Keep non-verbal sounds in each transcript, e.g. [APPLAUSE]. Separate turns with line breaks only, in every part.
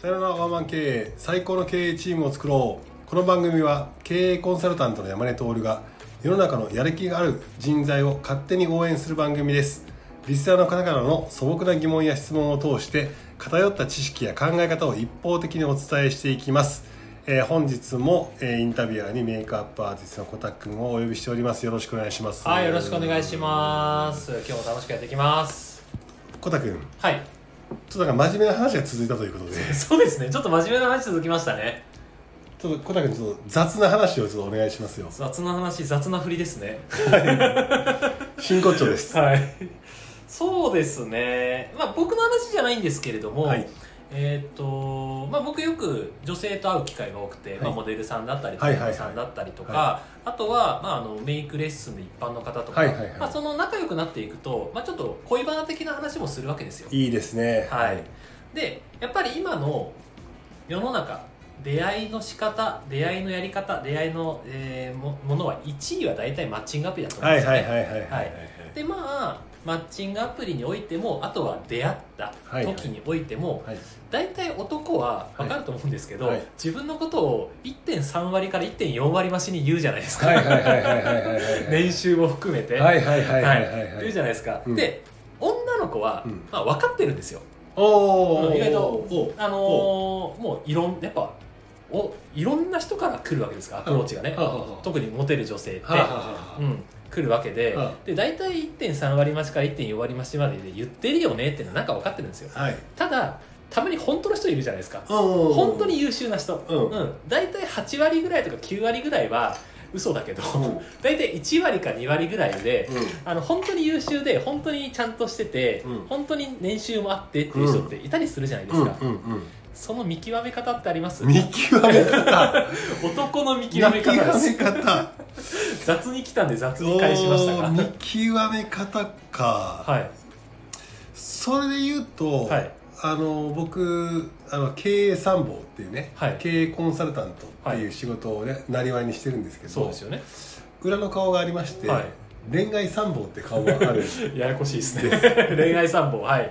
さよならワンマン経営最高の経営チームを作ろうこの番組は経営コンサルタントの山根徹が世の中のやる気がある人材を勝手に応援する番組ですリスナーの方からの素朴な疑問や質問を通して偏った知識や考え方を一方的にお伝えしていきます、えー本日も、えーインタビュアーにメイクアップアーティストのコタくんをお呼びしておりますよろしくお願いします
はい、よろしくお願い
す
します。今日も楽しくやっていきます。
コタくんちょ
はい。
っとなんか真面目な話が続いたということで
そうですね。ちょっと真面目な話続きましたね。
ちょっとコタくんちょっと雑な話をちょっとお願いしますよ
雑な話、雑な振りですね。
真骨頂です
はい。そうですね。まあ僕の話じゃないんですけれども、
はい
えーっと、まあ僕よく女性と会う機会が多くて、ま
は
あ
い
モデルさんだったり、
はいはいはい
タレントさんだったりとか、
は
あとは、まああの、メイクレッスンの一般の方とか、
はいはいはい
まあその仲良くなっていくと、まあちょっと恋バナ的な話もするわけですよ。
いいですね
はい、でやっぱり今の世の中出会いの仕方出会いのやり方出会いの、えーもものは1位は大体マッチングアプリだと思うん
は
で
い
すよ
は
ね、
いはいはいはいはい
でまあマッチングアプリにおいてもあとは出会った時においても、
はい
大体男は分かると思うんですけど、
はいはい
自分のことを1.3割から1.4割増しに言うじゃないですか、
はいはいはいはいはいはいはい
年収も含めて、
はいはいはいはいはいはい
言うじゃないですか、
うん
で女の子は、
うん
まあ、分かってるんですよ
お
う
お
ん意外と
お
あのーもういろんやっぱおいろんな人から来るわけですからアプローチがね、
はあはあはあ
特にモテる女性って、
はあはあ
う
は
ん、来るわけで,、
はあ
で大体1.3割増しから1.4割増しまでで言ってるよねっていうのはなんか分かってるんですよ
あはい
ただたまに本当の人いるじゃないですか
おー
本当に優秀な人、
うん
大体8割ぐらいとか9割ぐらいは嘘だけど、
うん
大体1割か2割ぐらいで、
うん
あの本当に優秀で本当にちゃんとしてて、
うん
本当に年収もあってっていう人っていたりするじゃないです
う
か、
んうん
その見極め方ってあります
うん見極め方
男の見
見
極め方です
極め方
雑に来たんで雑に返しましたが
おー見極め方か
はい
それで言うと
はい
あの僕あの経営参謀っていうね
はい
経営コンサルタントっていう仕事をねなりわいにしてるんですけど
そうですよね
裏の顔がありまして、
はい
恋愛参謀って顔があ
[LAUGHS]
るんですい
ややこしいですね恋愛参謀はい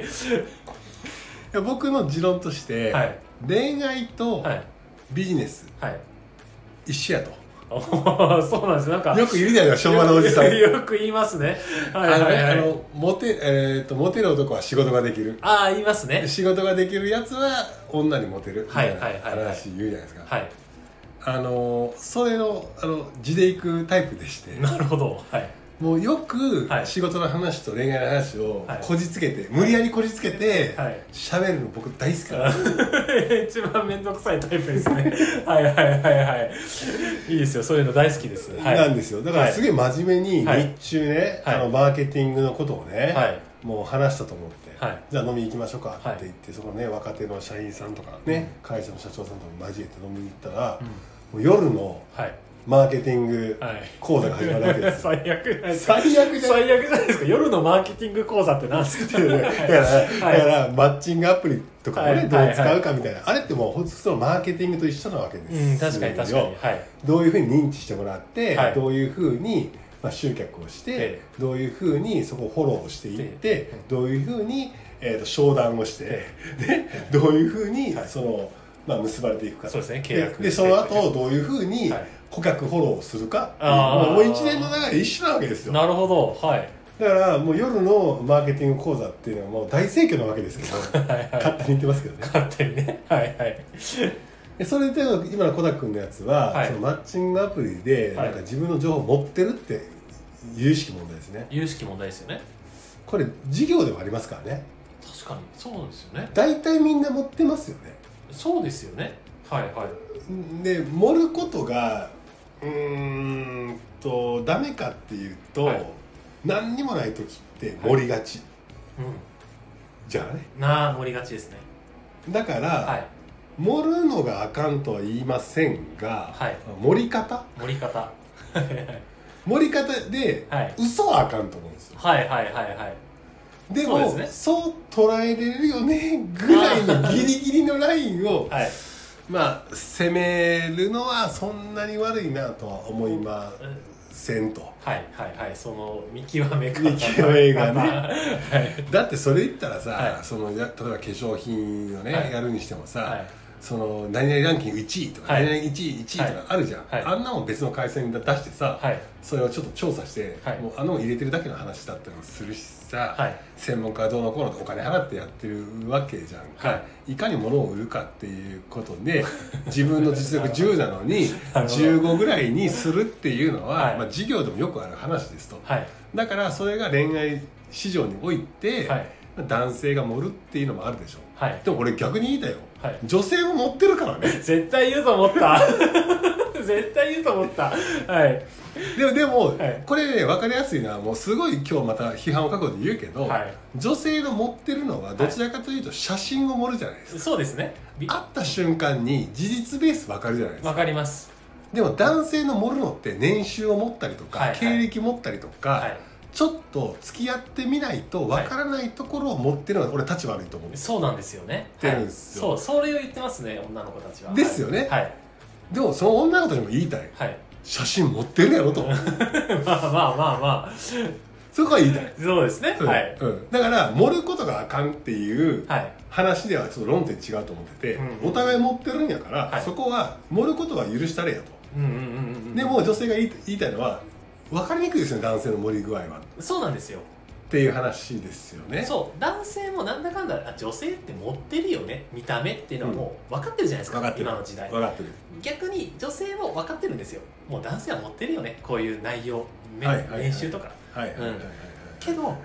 や僕の持論として、
はい
恋愛と
はい
ビジネス
はい
一緒やと、
おーそうなんですなんか
よくいるじゃないで
[LAUGHS]
すか昭和のおじさん
よく言いますねはい
あの
は
ね
いは
あ
い
のモテ、えー、とモテる男は仕事ができる
ああ言いますね
仕事ができるやつは女にモテるみたいな
はいはいはいはい
話言うじゃないですか、
はい
あのそれのあの地でいくタイプでして
なるほどはい [LAUGHS]
もうよく
はい
仕事の話と恋愛の話を
はい
こじつけて、無理やりこじつけて
はい
喋、るの僕大好きなんです
一番面倒くさいタイプですねはいはいはいはいいいですよそういうの大好きですはい
なんですよだから
はい
すげえ真面目に
はい
日中ね、
はい
あのマーケティングのことをね、
はい
もう話したと思って、
はい
じゃあ飲み行きましょうか
はい
って言って、そのね若手の社員さんとかね、会社の社長さんとか交えて飲みに行ったら、もう夜の
はい
マーケティング
はい
講座が始まるわけですよ、
[LAUGHS] 最悪じゃないですか
最悪じゃない
最悪じゃないですか夜のマーケティング講座って何ですか
だから、だからマッチングアプリとかをね、
はい
どう使うかみたいな、あれってもうほんとそのマーケティングと一緒なわけですよ、
うん確かに確かにはい
どういうふうに認知してもらって、
はい
どういうふうに、まあ、集客をして、
え
どういうふうにそこをフォローしていって、
え
どういうふうに、えー、と商談をして、でどういうふうに、その、まあ、結ばれていくか
そうですね契約
ででその後どういうふうに
はい
顧客フォローをするか、
あー
もう1年の中で一緒なわけですよ
なるほどはい
だからもう夜のマーケティング講座っていうのはもう大盛況なわけですけど
[LAUGHS] はいはい
勝手に言ってますけどね
勝手にねはいはい
でそれで今のコタくんのやつは、
はい
そのマッチングアプリで
はい
なんか自分の情報を持ってるって有識問題ですね
有識問題ですよね
これ事業でもありますからね
確かにそうですよね
大体みんな持ってますよね
そうですよねはいはい
で盛ることがうーんとダメかっていうと、
はい
何にもない時って盛りがち
う
じゃない、
んなあ盛りがちですね
だから、
はい
盛るのがあかんとは言いませんが、
はい
盛り方
盛り方
盛り方で、
はい
嘘はあかんと思うんですよ
はいはいはいはい
で
そう
も
で
そう
すね
捉えれるよねぐらいのギリギリのラインを
はい
まあ攻めるのはそんなに悪いなとは思いませんと
はいはいはいその見極め方
見極めがね
はい
だってそれ言ったらさ、
はい
そのや例えば化粧品をね、
はい
やるにしてもさ、
はい
その何々ランキング1位とか、
はい
何々1位1位とかあるじゃん、
はい
あんなもん別の回線に出してさ、
はい
それをちょっと調査して、
はい
もうあのもん入れてるだけの話だったりもするしさ、
はい
専門家はどうのこうのってお金払ってやってるわけじゃんか、、
はい
かに物を売るかっていうことで自分の実力10なのに
[LAUGHS] なるほど
15ぐらいにするっていうのは、
はい
まあ、授業でもよくある話ですと。
はい
だからそれが恋愛市場において、
はい
男性が盛るっていうのもあるでしょ
はい
でも俺逆に言いたよ、
はい
女性も持ってるからね
絶対言うと思った絶対言うと思ったはい
でもでも、
はい
これね分かりやすいのはもうすごい今日また批判を覚悟で言うけど、
はい
女性の持ってるのはどちらかというと写真を盛るじゃないですか、
そうですねび
会った瞬間に事実ベース分かるじゃないですか
わかります
でも男性の盛るのって年収を持ったりとか、
はいはい
経歴持ったりとか、
はい
ちょっと付き合ってみないと分からないところを持ってるのは俺立ち悪いと思うんです
そうなんですよね
言ってるんですよ
はいそうそれを言ってますね女の子たちは
ですよね
はい
でもその女の子たちも言いたい
はい、 [LAUGHS]
写真持ってるやろと
はい、まあまあまあまあ
そこは言いたい、
そうですね、
うん
はい
うん、だから盛ることがあかんっていう
はい
話ではちょっと論点違うと思ってて、
うん
お互い持ってるんやから、
はい
そこは盛ることは許したれやと、
うんうんうんうん
でも女性が言い言いたいのは分かりにくいですよね男性の盛り具合は
そうなんですよ
っていう話ですよね
そう男性もなんだかんだあ女性って持ってるよね見た目っていうのはもう分かってるじゃないですか、
分かってる
今の時代
分かってる
逆に女性も分かってるんですよもう男性は持ってるよねこういう内容、め
はいはいはい
練習とか
はいはいはいはい、
うんけど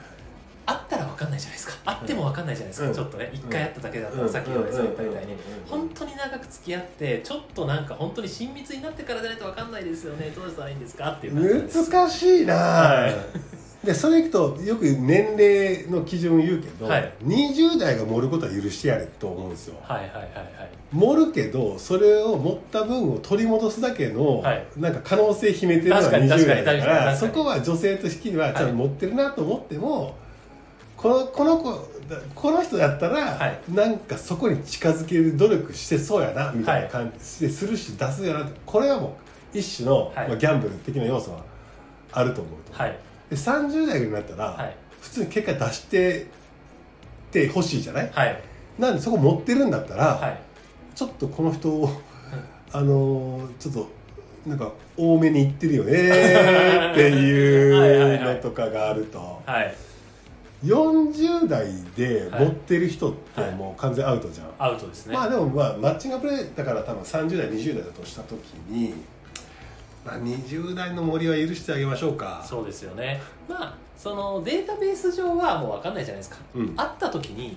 あったら分かんないじゃないですかあっても分かんないじゃないですか、
うん
ちょっとね一回会っただけだった
う
ら
ん
さっきのやつが言ったみたいに
うんうん
本当に長く付き合ってちょっとなんか本当に親密になってからじゃないと分かんないですよねどうしたらいいんですかっていう感じなんです
難しいな、
は
[LAUGHS] でそれいくとよく年齢の基準言うけど、
はい
20代が盛ることは許してやれと思うんですよ
はいはいはいはい
盛るけどそれを盛った分を取り戻すだけの、
はい
なんか可能性秘めてるのが
確かに
20代だか
確からに確か
そ
に
こは女性としてはちゃんと持ってるなと思っても、このこの子だこの人だったら、
はい
なんかそこに近づける努力してそうやなみたいな感じでするし出すやなってこれはもう一種の、
はい
まあ、ギャンブル的な要素はあると思うと、
はい
で30代になったら、
はい
普通に結果出してってほしいじゃない、
はい
なんでそこ持ってるんだったら、
はい
ちょっとこの人を、あのーちょっとなんか多めに言ってるよねー
[LAUGHS]
って
はいはいいうはい
のとかがあると
はい
40代で
はい
持ってる人ってもう完全アウトじゃん、
アウトですね、
まあでもまあマッチングアプレイだから多分30代20代だとした時に、まあ、20代の森は許してあげましょうか
そうですよねまあそのデータベース上はもう分かんないじゃないですか、
うん
会った時に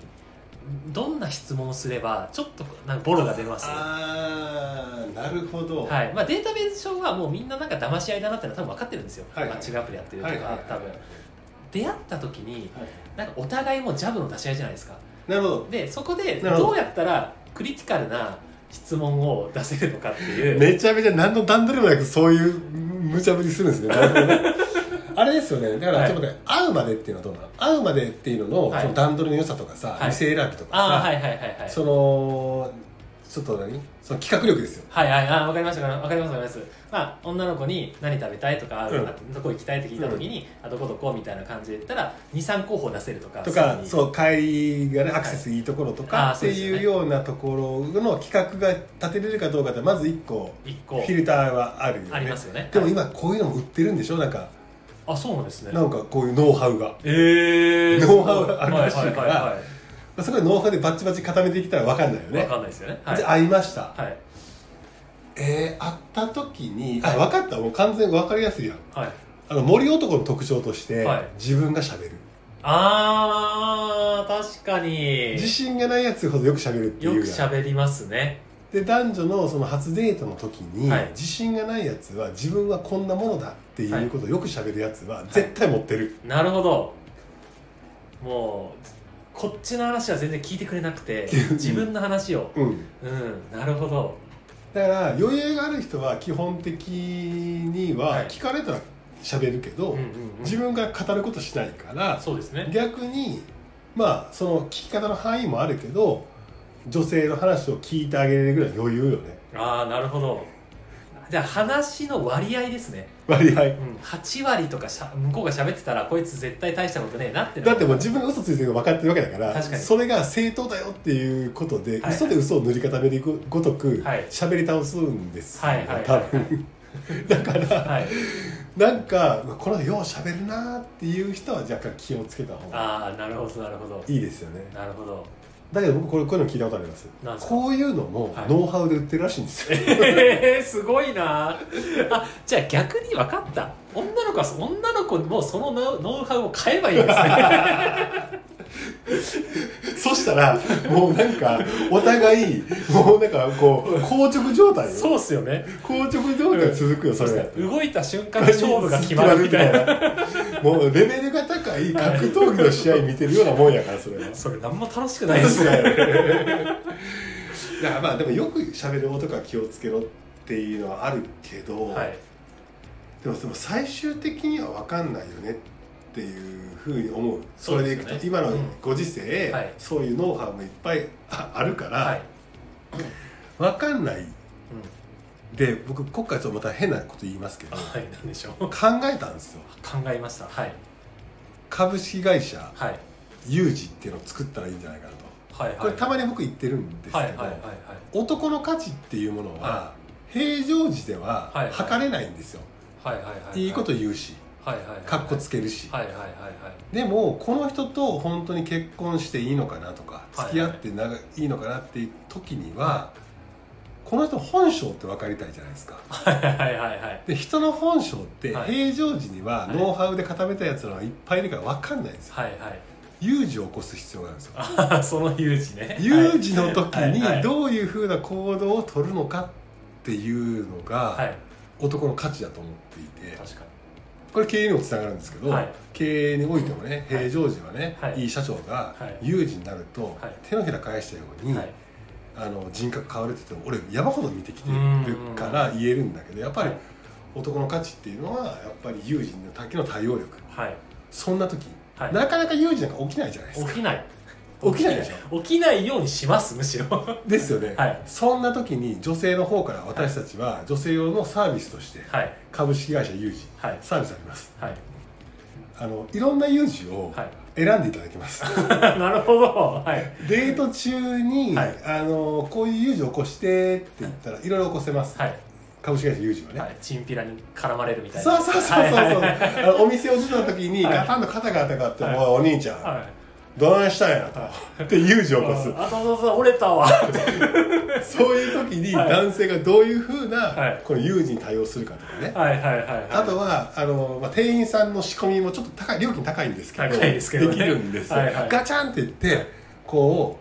どんな質問をすればちょっとなんかボロが出ますよ
ああなるほど、
はいまあ、データベース上はもうみんななんか騙し合いだなってのは多分分かってるんですよ、
はいはい
マッチングアプリやってると
は
か、
いはいはい
多分出会った時に
はい
なんかお互いもジャブの出し合いじゃないですか
なるほど
でそこで
なるほど
どうやったらクリティカルな質問を出せるのかっていう、
めちゃめちゃ何の段取りもなくそういう無茶ぶりするんです
[LAUGHS]
ね。なるほどねあれですよね。だから
はい
ちょっと待って、会うまでっていうのはどうなの？会うまでっていうのの,、
はい
その段取りの良さとかさ、
はい
店選びとかさ、
ああはいはいはいはい
そのちょっと何？その企画力ですよ。
はいはいあわかりましたわかりますわかりますまあ女の子に何食べたいとか、
うん
どこ行きたいって聞いた時に、あどこどこみたいな感じで言ったら23候補出せるとか
とか
に
そう帰りがねアクセスいいところと
はいあ
か
ー
って
そうですよ
いう
ね
ようなところの企画が立てれるかどうかってまず1個
1
フ
個
ィルターはあるよね
ありますよね
でも今こういうのも売ってるんでしょなんか
あそうなんですね
なんかこういうノウハウが
ええ
ノウハウあるらしいから
はいはいはい
そこでノウハウでバチバチ固めていったら分かんないよ
はいわ
ね
かんないですよねはい
じゃあ会いました、
はい
えー、会った時にあ分かったもう完全に分かりやすいやん
はい
あの森男の特徴として、
はい
自分がしゃべる
あー確かに
自信がないやつほどよくしゃべるってい
よ
う
く
やん
喋りますね
で男女のその初デートの時に、
はい
自信がないやつは自分はこんなものだっていうことをよくしゃべるやつは絶対持ってる、
なるほどもうこっちの話は全然聞いてくれなく [LAUGHS] て自分の話を
うん
うんなるほど
だから余裕がある人は基本的に
は
はい聞かれたらしゃべるけど、
うんうんうん
自分が語ることしないから
そうですね
逆にまあその聞き方の範囲もあるけど女性の話を聞いてあげれるぐらい余裕よね
ああなるほどじゃあ話の割合ですね
割合
うん、8割とかしゃ向こうが喋ってたらこいつ絶対大したことねえなってなる
だってもう自分が嘘ついてるの分かってるわけだから
確かに
それが正当だよっていうことで、
はい
嘘で嘘を塗り固めていくごとく
はい
喋、り倒すんですよ、
はいはいはい
多分だから
はい、
なんかこの人よう喋るなっていう人は若干気をつけた方が
ああなるほどなるほど
いいですよね
なるほど
だけど僕これこういうの聞いたことあります
なんですか
こういうのも
はい
ノウハウで売ってるらしいんですよ、
えー、すごいなあじゃあ逆に分かった女の子は女の子もそのノウノウハウを買えばいいんですね
そしたらもうなんかお互いもうなんかこう硬直状態よ
[LAUGHS] そうっすよね
硬直状態続くよそれやったら
動いた瞬間に勝負が決まるみたいな
な [LAUGHS] もうレベルが高い格闘技の試合見てるようなもんやからそ
[LAUGHS]
れは
[LAUGHS] それ何も楽しくないですね
だからまあでもよく喋る男は気をつけろっていうのはあるけど、
はい
でもその最終的には分かんないよねっていうふうに思うそれでいくと、
そうですよ
今
ね
の
うん
ご時世、
はい
そういうノウハウもいっぱいああるから、
はい、
分かんない
うん、
で僕今回ちょっとまた変なこと言いますけど考
はい何でしょう
えたんですよ
考えましたはい
株式会社
はい
ユージっていうのを作ったらいいんじゃないかなと
はいはい
これたまに僕言ってるんですけど、
はいはいはいはい
男の価値っていうものは、
は
平常時で
はいは
はい測れないんですよ、
はいはいはい
いいこと言うし
はいはいはい
かっこつけるし、
はいはいはいはい
でもこの人と本当に結婚していいのかなとか
は
付
い
き合って長いいのかなっていう時にはこの人本性って分かりたいじゃないですか
はいはいはいはい
で人の本性って
はい
平常時には
はい
ノウハウで固めたやつらはいっぱいいるから分かんないんですよ
はいはい
有事を起こす必要があるんですよ
あ [LAUGHS] その有事ね
[LAUGHS] 有事の時
はいはい
にどういうふうな行動を取るのかっていうの
は
が
い
男の価値だと思っていて
確かに
これ経営にもつながるんですけど、
はい
経営においてもね平常時はね、
はい
い、い社長が
はい
有事になると、
はい
手のひら返したように、
はい
あの人格変わるって言っても俺山ほど見てきて
うんう
る
んうん
から言えるんだけどやっぱり
はい
男の価値っていうのはやっぱり有事の時の対応力
はい
そんな時、
はい
なかなか有事なんか起きないじゃないです
起
か
きない
[LAUGHS] 起きないでしょ
起きないようにしますむしろ [LAUGHS] は
ですよね、
はい
そんな時に女性の方から私たちは女性用のサービスとして
い
株式会社有事、
はい
サービスあります
はい
あのいろんな有事を
はい
選んでいただき
[LAUGHS]
ます、
なるほどはい
デート中に、
はい
あのこういう有事を起こしてって言ったらいろいろ起こせます、
はい
株式会社有事はね、
はいチンピラに絡まれるみたい
そ
な
うそうそうそうそう、
はいはい
あのお店を出た時に
はい
ガタンと肩が当たって「
はい
おいお兄ちゃん、
はい
どないしたんや」とって有事を起こす
あそうそうそう折れ
[LAUGHS]
たわ
そういう時に
はい
男性がどういうふうな、
はい
この有事に対応するかとかね、
はいはいはいはい
あとはあの、まあ、店員さんの仕込みもちょっと高い料金高いんですけど
高いですけどね
きるんですよ、
はいはい
ガチャンって言ってこ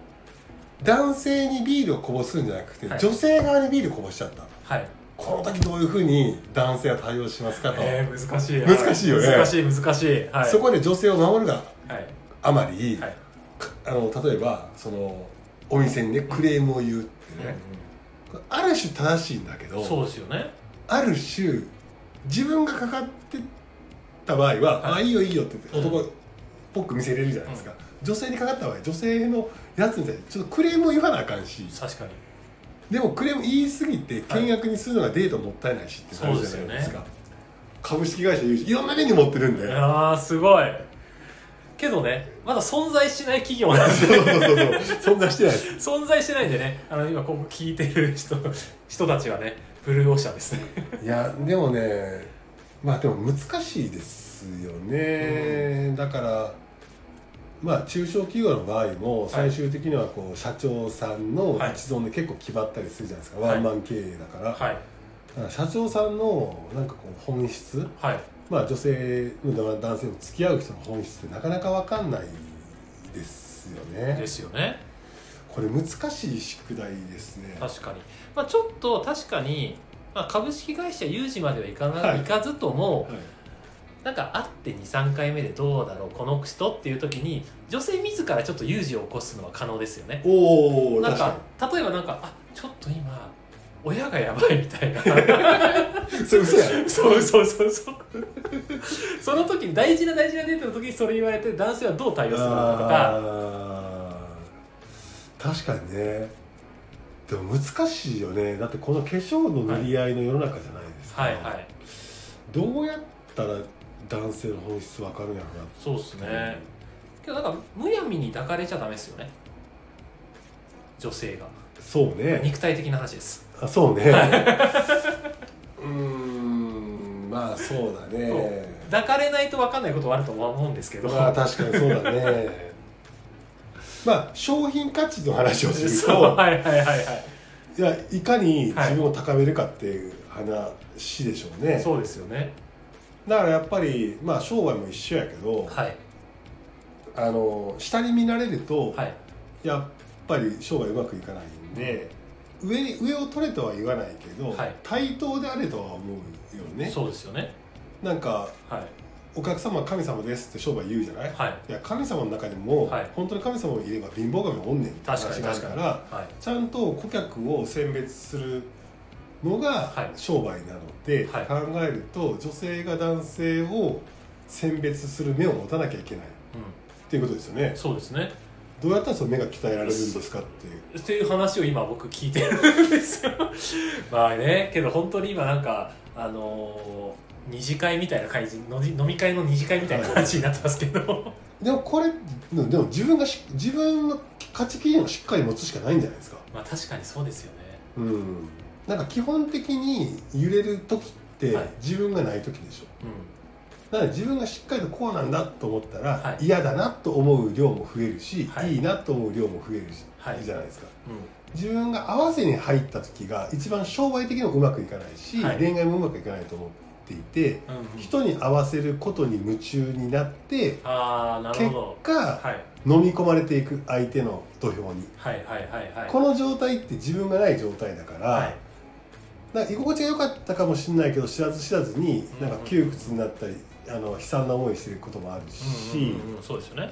う男性にビールをこぼすんじゃなくて、
はい
女性側にビールこぼしちゃった
はい
この時どういうふうに男性は対応しますかと、
えー、難しい
難しいよね
難しい難しいはい
そこで女性を守るが
はい
あまり、
はい
かあの例えばそのお店にねクレームを言うってね、これある種正しいんだけど
そうですよね
ある種自分がかかってた場合は「
は
あ
い
いいよいいよ」って言って
うん
男っぽく見せれるじゃないですか、女性にかかった場合女性のやつに対してちょっとクレームを言わなあかんし
確かに
でもクレーム言いすぎて倹約にするのがデートもったいないしってなるじゃないですか、株式会社有事いろんなメニュー持ってるんで
いやーすごいけどねまだ存在しない企業なんで
そうそうそうそう存在してないです
[LAUGHS] 存在してないんでねあの今ここ聞いてる人人たちはねブルーオーシャンですね
いやでもねまあでも難しいですよね、だからまあ中小企業の場合も最終的にはこう社長さんの
はい
一存で結構決まったりするじゃないですか、
はい
ワンマン経営だから,、
はい
社長さんのなんかこう本質
はい
まあ女性の男性の付き合う人の本質ってなかなか分かんないですよね
ですよね
これ難しい宿題ですね
確かに、まあ、ちょっと確かに、まあ、株式会社有事まではいかな、
はい
い、かずとも
はい
なんか会って23回目でどうだろうこの人っていう時に女性自らちょっと有事を起こすのは可能ですよね
おお
なん
確
か
か
例えばなんかあちょっと今親がやばいみたいな [LAUGHS]
にそれ嘘や
そうそうそうそう [LAUGHS] その時に大事な大事なデートの時にそれ言われて男性はどう対応するのかとか
あー確かにねでも難しいよねだってこの化粧の塗り合いの世の中じゃないですか、
はいはい
どうやったら男性の本質わかるんやろな
そうですねけどなんかむやみに抱かれちゃダメですよね女性が
そうね
肉体的な話です
あそうねうーんまあそうだね
抱かれないと分かんないことはあるとは思うんですけど、
まあ確かにそうだねまあ商品価値の話をする
[LAUGHS] そう
と
はいはいはいはい
いやいかに自分を高めるかっていう話でしょうね、
そうですよね
だからやっぱりまあ商売も一緒やけど、
はい
あの下に見られると、
はい
やっぱり商売うまくいかないんで、上に上を取れとは言わないけど、
はい
対等であれとは思うよね
そうですよね
なんか
はい
お客様は神様ですって商売言うじゃない、い、
はい
や神様の中にも、
はい
本当に神様もいれば貧乏神もおんねんって
確か
話
に
がある
確
か
からには
ちゃんと顧客を選別するの
はい
が商売なので、
はい
考えると女性が男性を選別する目を持たなきゃいけないっ
い、うん
ていうことですよね
そうですね
どうやったらその目が鍛えられるんですかっていう
っていう話を今僕聞いてるんですよまあねけど本当に今なんかあのー二次会みたいな感じのじ飲み会の二次会みたいな感じになってますけど
でもこれうんでも自分がし自分の価値基準をしっかり持つしかないんじゃないですか
[LAUGHS] まあ確かにそうですよね
うんなんか基本的に揺れる時って
はい
自分がない時でしょ
う
だから自分がしっかりとこうなんだと思ったら、
は
嫌だなと思う量も増えるし、
は
い、
い
いなと思う量も増えるし、
はい
じゃないですか
ん、うん、
自分が合わせに入った時が一番商売的にもうまくいかないし、
はい
恋愛もうまくいかないと思っていて
うんうん
人に合わせることに夢中になって
ああなる
結
ほど
果、
はい
飲み込まれていく相手の土俵に、
はいはいはいはい
この状態って自分がない状態だから,、
はい
なんか居心地が良かったかもしれないけど知らず知らずに
うん
なんか窮屈になったりあの悲惨な思いしてることもあるし、
うんうんうん、そうですよね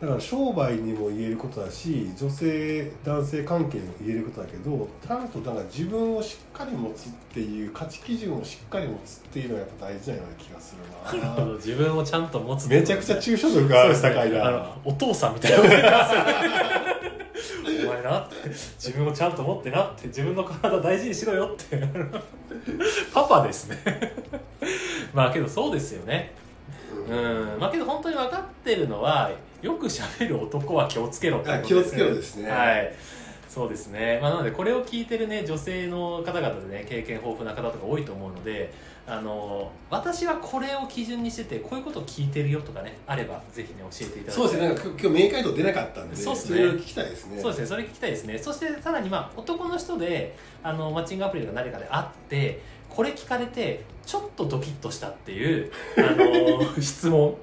だから商売にも言えることだし女性男性関係にも言えることだけどちゃんとなんか自分をしっかり持つっていう価値基準をしっかり持つっていうのがやっぱ大事なような気がする
なるほ [LAUGHS] ど
な。
自分をちゃんと持つ
めちゃくちゃ
中
抽象度が
ですね
高い
あ
な。
のお父さんみたいなお前なって自分をちゃんと持ってなって自分の体大事にしろよってパパですねまあけどそうですよねうんまあけど本当に分かってるのはよく喋る男は気をつけろってことですね
あ気をつけろですね
はいそうですね、まあ、なのでこれを聞いてるね女性の方々でね経験豊富な方とか多いと思うのであの私はこれを基準にしててこういうことを聞いてるよとかねあればぜひね教えていただきたい
なんか今日明快度出なかったん
でそうっすねそれを聞
きたいですね
そうですね、それ聞きたいですね。そしてさらにまあ男の人であのマッチングアプリが何かであって、これ聞かれてちょっとドキッとしたっていうあ
[LAUGHS]
の質問。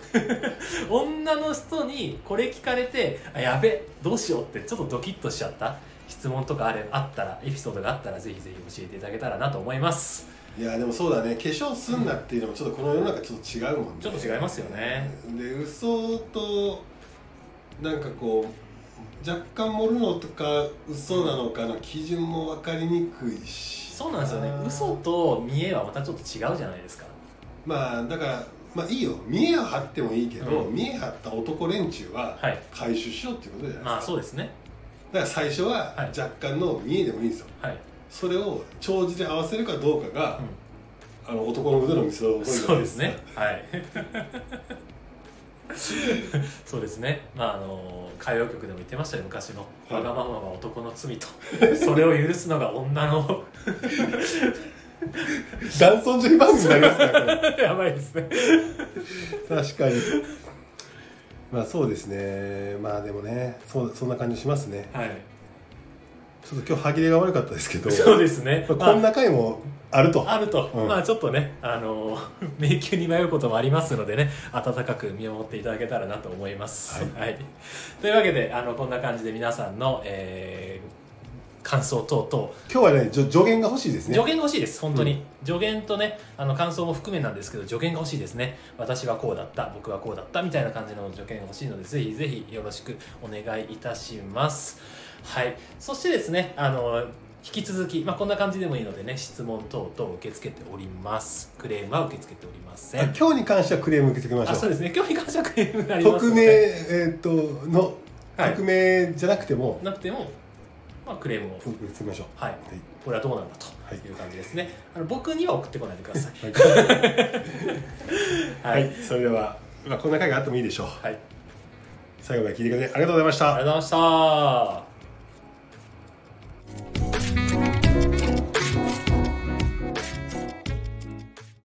[LAUGHS] 女の人にこれ聞かれてあやべどうしようってちょっとドキッとしちゃった質問とかあれあったらエピソードがあったらぜひぜひ教えていただけたらなと思います。
いやでもそうだね化粧すんなっていうのもちょっとこの世の中ちょっと違うもんね
ちょっと違いますよね
で嘘となんかこう若干盛るのとか嘘なのかの基準も分かりにくいし
そうなんですよね
あ。ー
嘘と見えはまたちょっと違うじゃないですか。
まあだからまあいいよ見えは張ってもいいけど、
うん
見え張った男連中は
はい。
回収しろっていうことじゃないですか、
まあそうですね。
だから最初は
はい
若干の見えでもいいんですよ
はい。
それを長寿で合わせるかどうかが
うん、
あの男の腕の見せ所
そうですね。 [LAUGHS] はい。そうですね。まああの歌謡曲でも言ってましたよ昔の「
は
わ
い
がままは男の罪」とそれを許すのが女の
[LAUGHS]
[LAUGHS]
男尊女卑番組になりますからこれ
やばいですね。
確かにまあそうですねまあでもねそうそんな感じしますね
はい。
ちょっと今日歯切れが悪かったです [LAUGHS] けど
そうですね。
まあこんな回もあると
あると、
うん
まあちょっとね、あの [LAUGHS] 迷宮に迷うこともありますのでね、温かく見守っていただけたらなと思います。はい。というわけで、あのこんな感じで皆さんの、えー感想等々
今日はねじょ助言が欲しいですね
助言が欲しいです本当に、
う
助言とねあの感想も含めなんですけど助言が欲しいですね私はこうだった僕はこうだったみたいな感じの助言が欲しいのでぜひぜひよろしくお願いいたしますはいそしてですねあの引き続き、まあ、こんな感じでもいいのでね質問等々受け付けておりますクレームは受け付けておりませ
あ
ん
今日に関してはクレーム受け付けまし
あそ
ょ
う
う
ですね今日に関してはクレームがあります
匿
の
名
で
えーっとの、
はい
匿名じゃなくても
なくても、まあ、クレームを
受け付けましょう
はいこれはどうなんだとという感じですね、あの僕には送ってこないでください
は
はい、はい
い、それで [LAUGHS] は、まあ、こんな回があってもいいでしょう
あり
最後まで聞いてくれてありがとうございました
がとうございました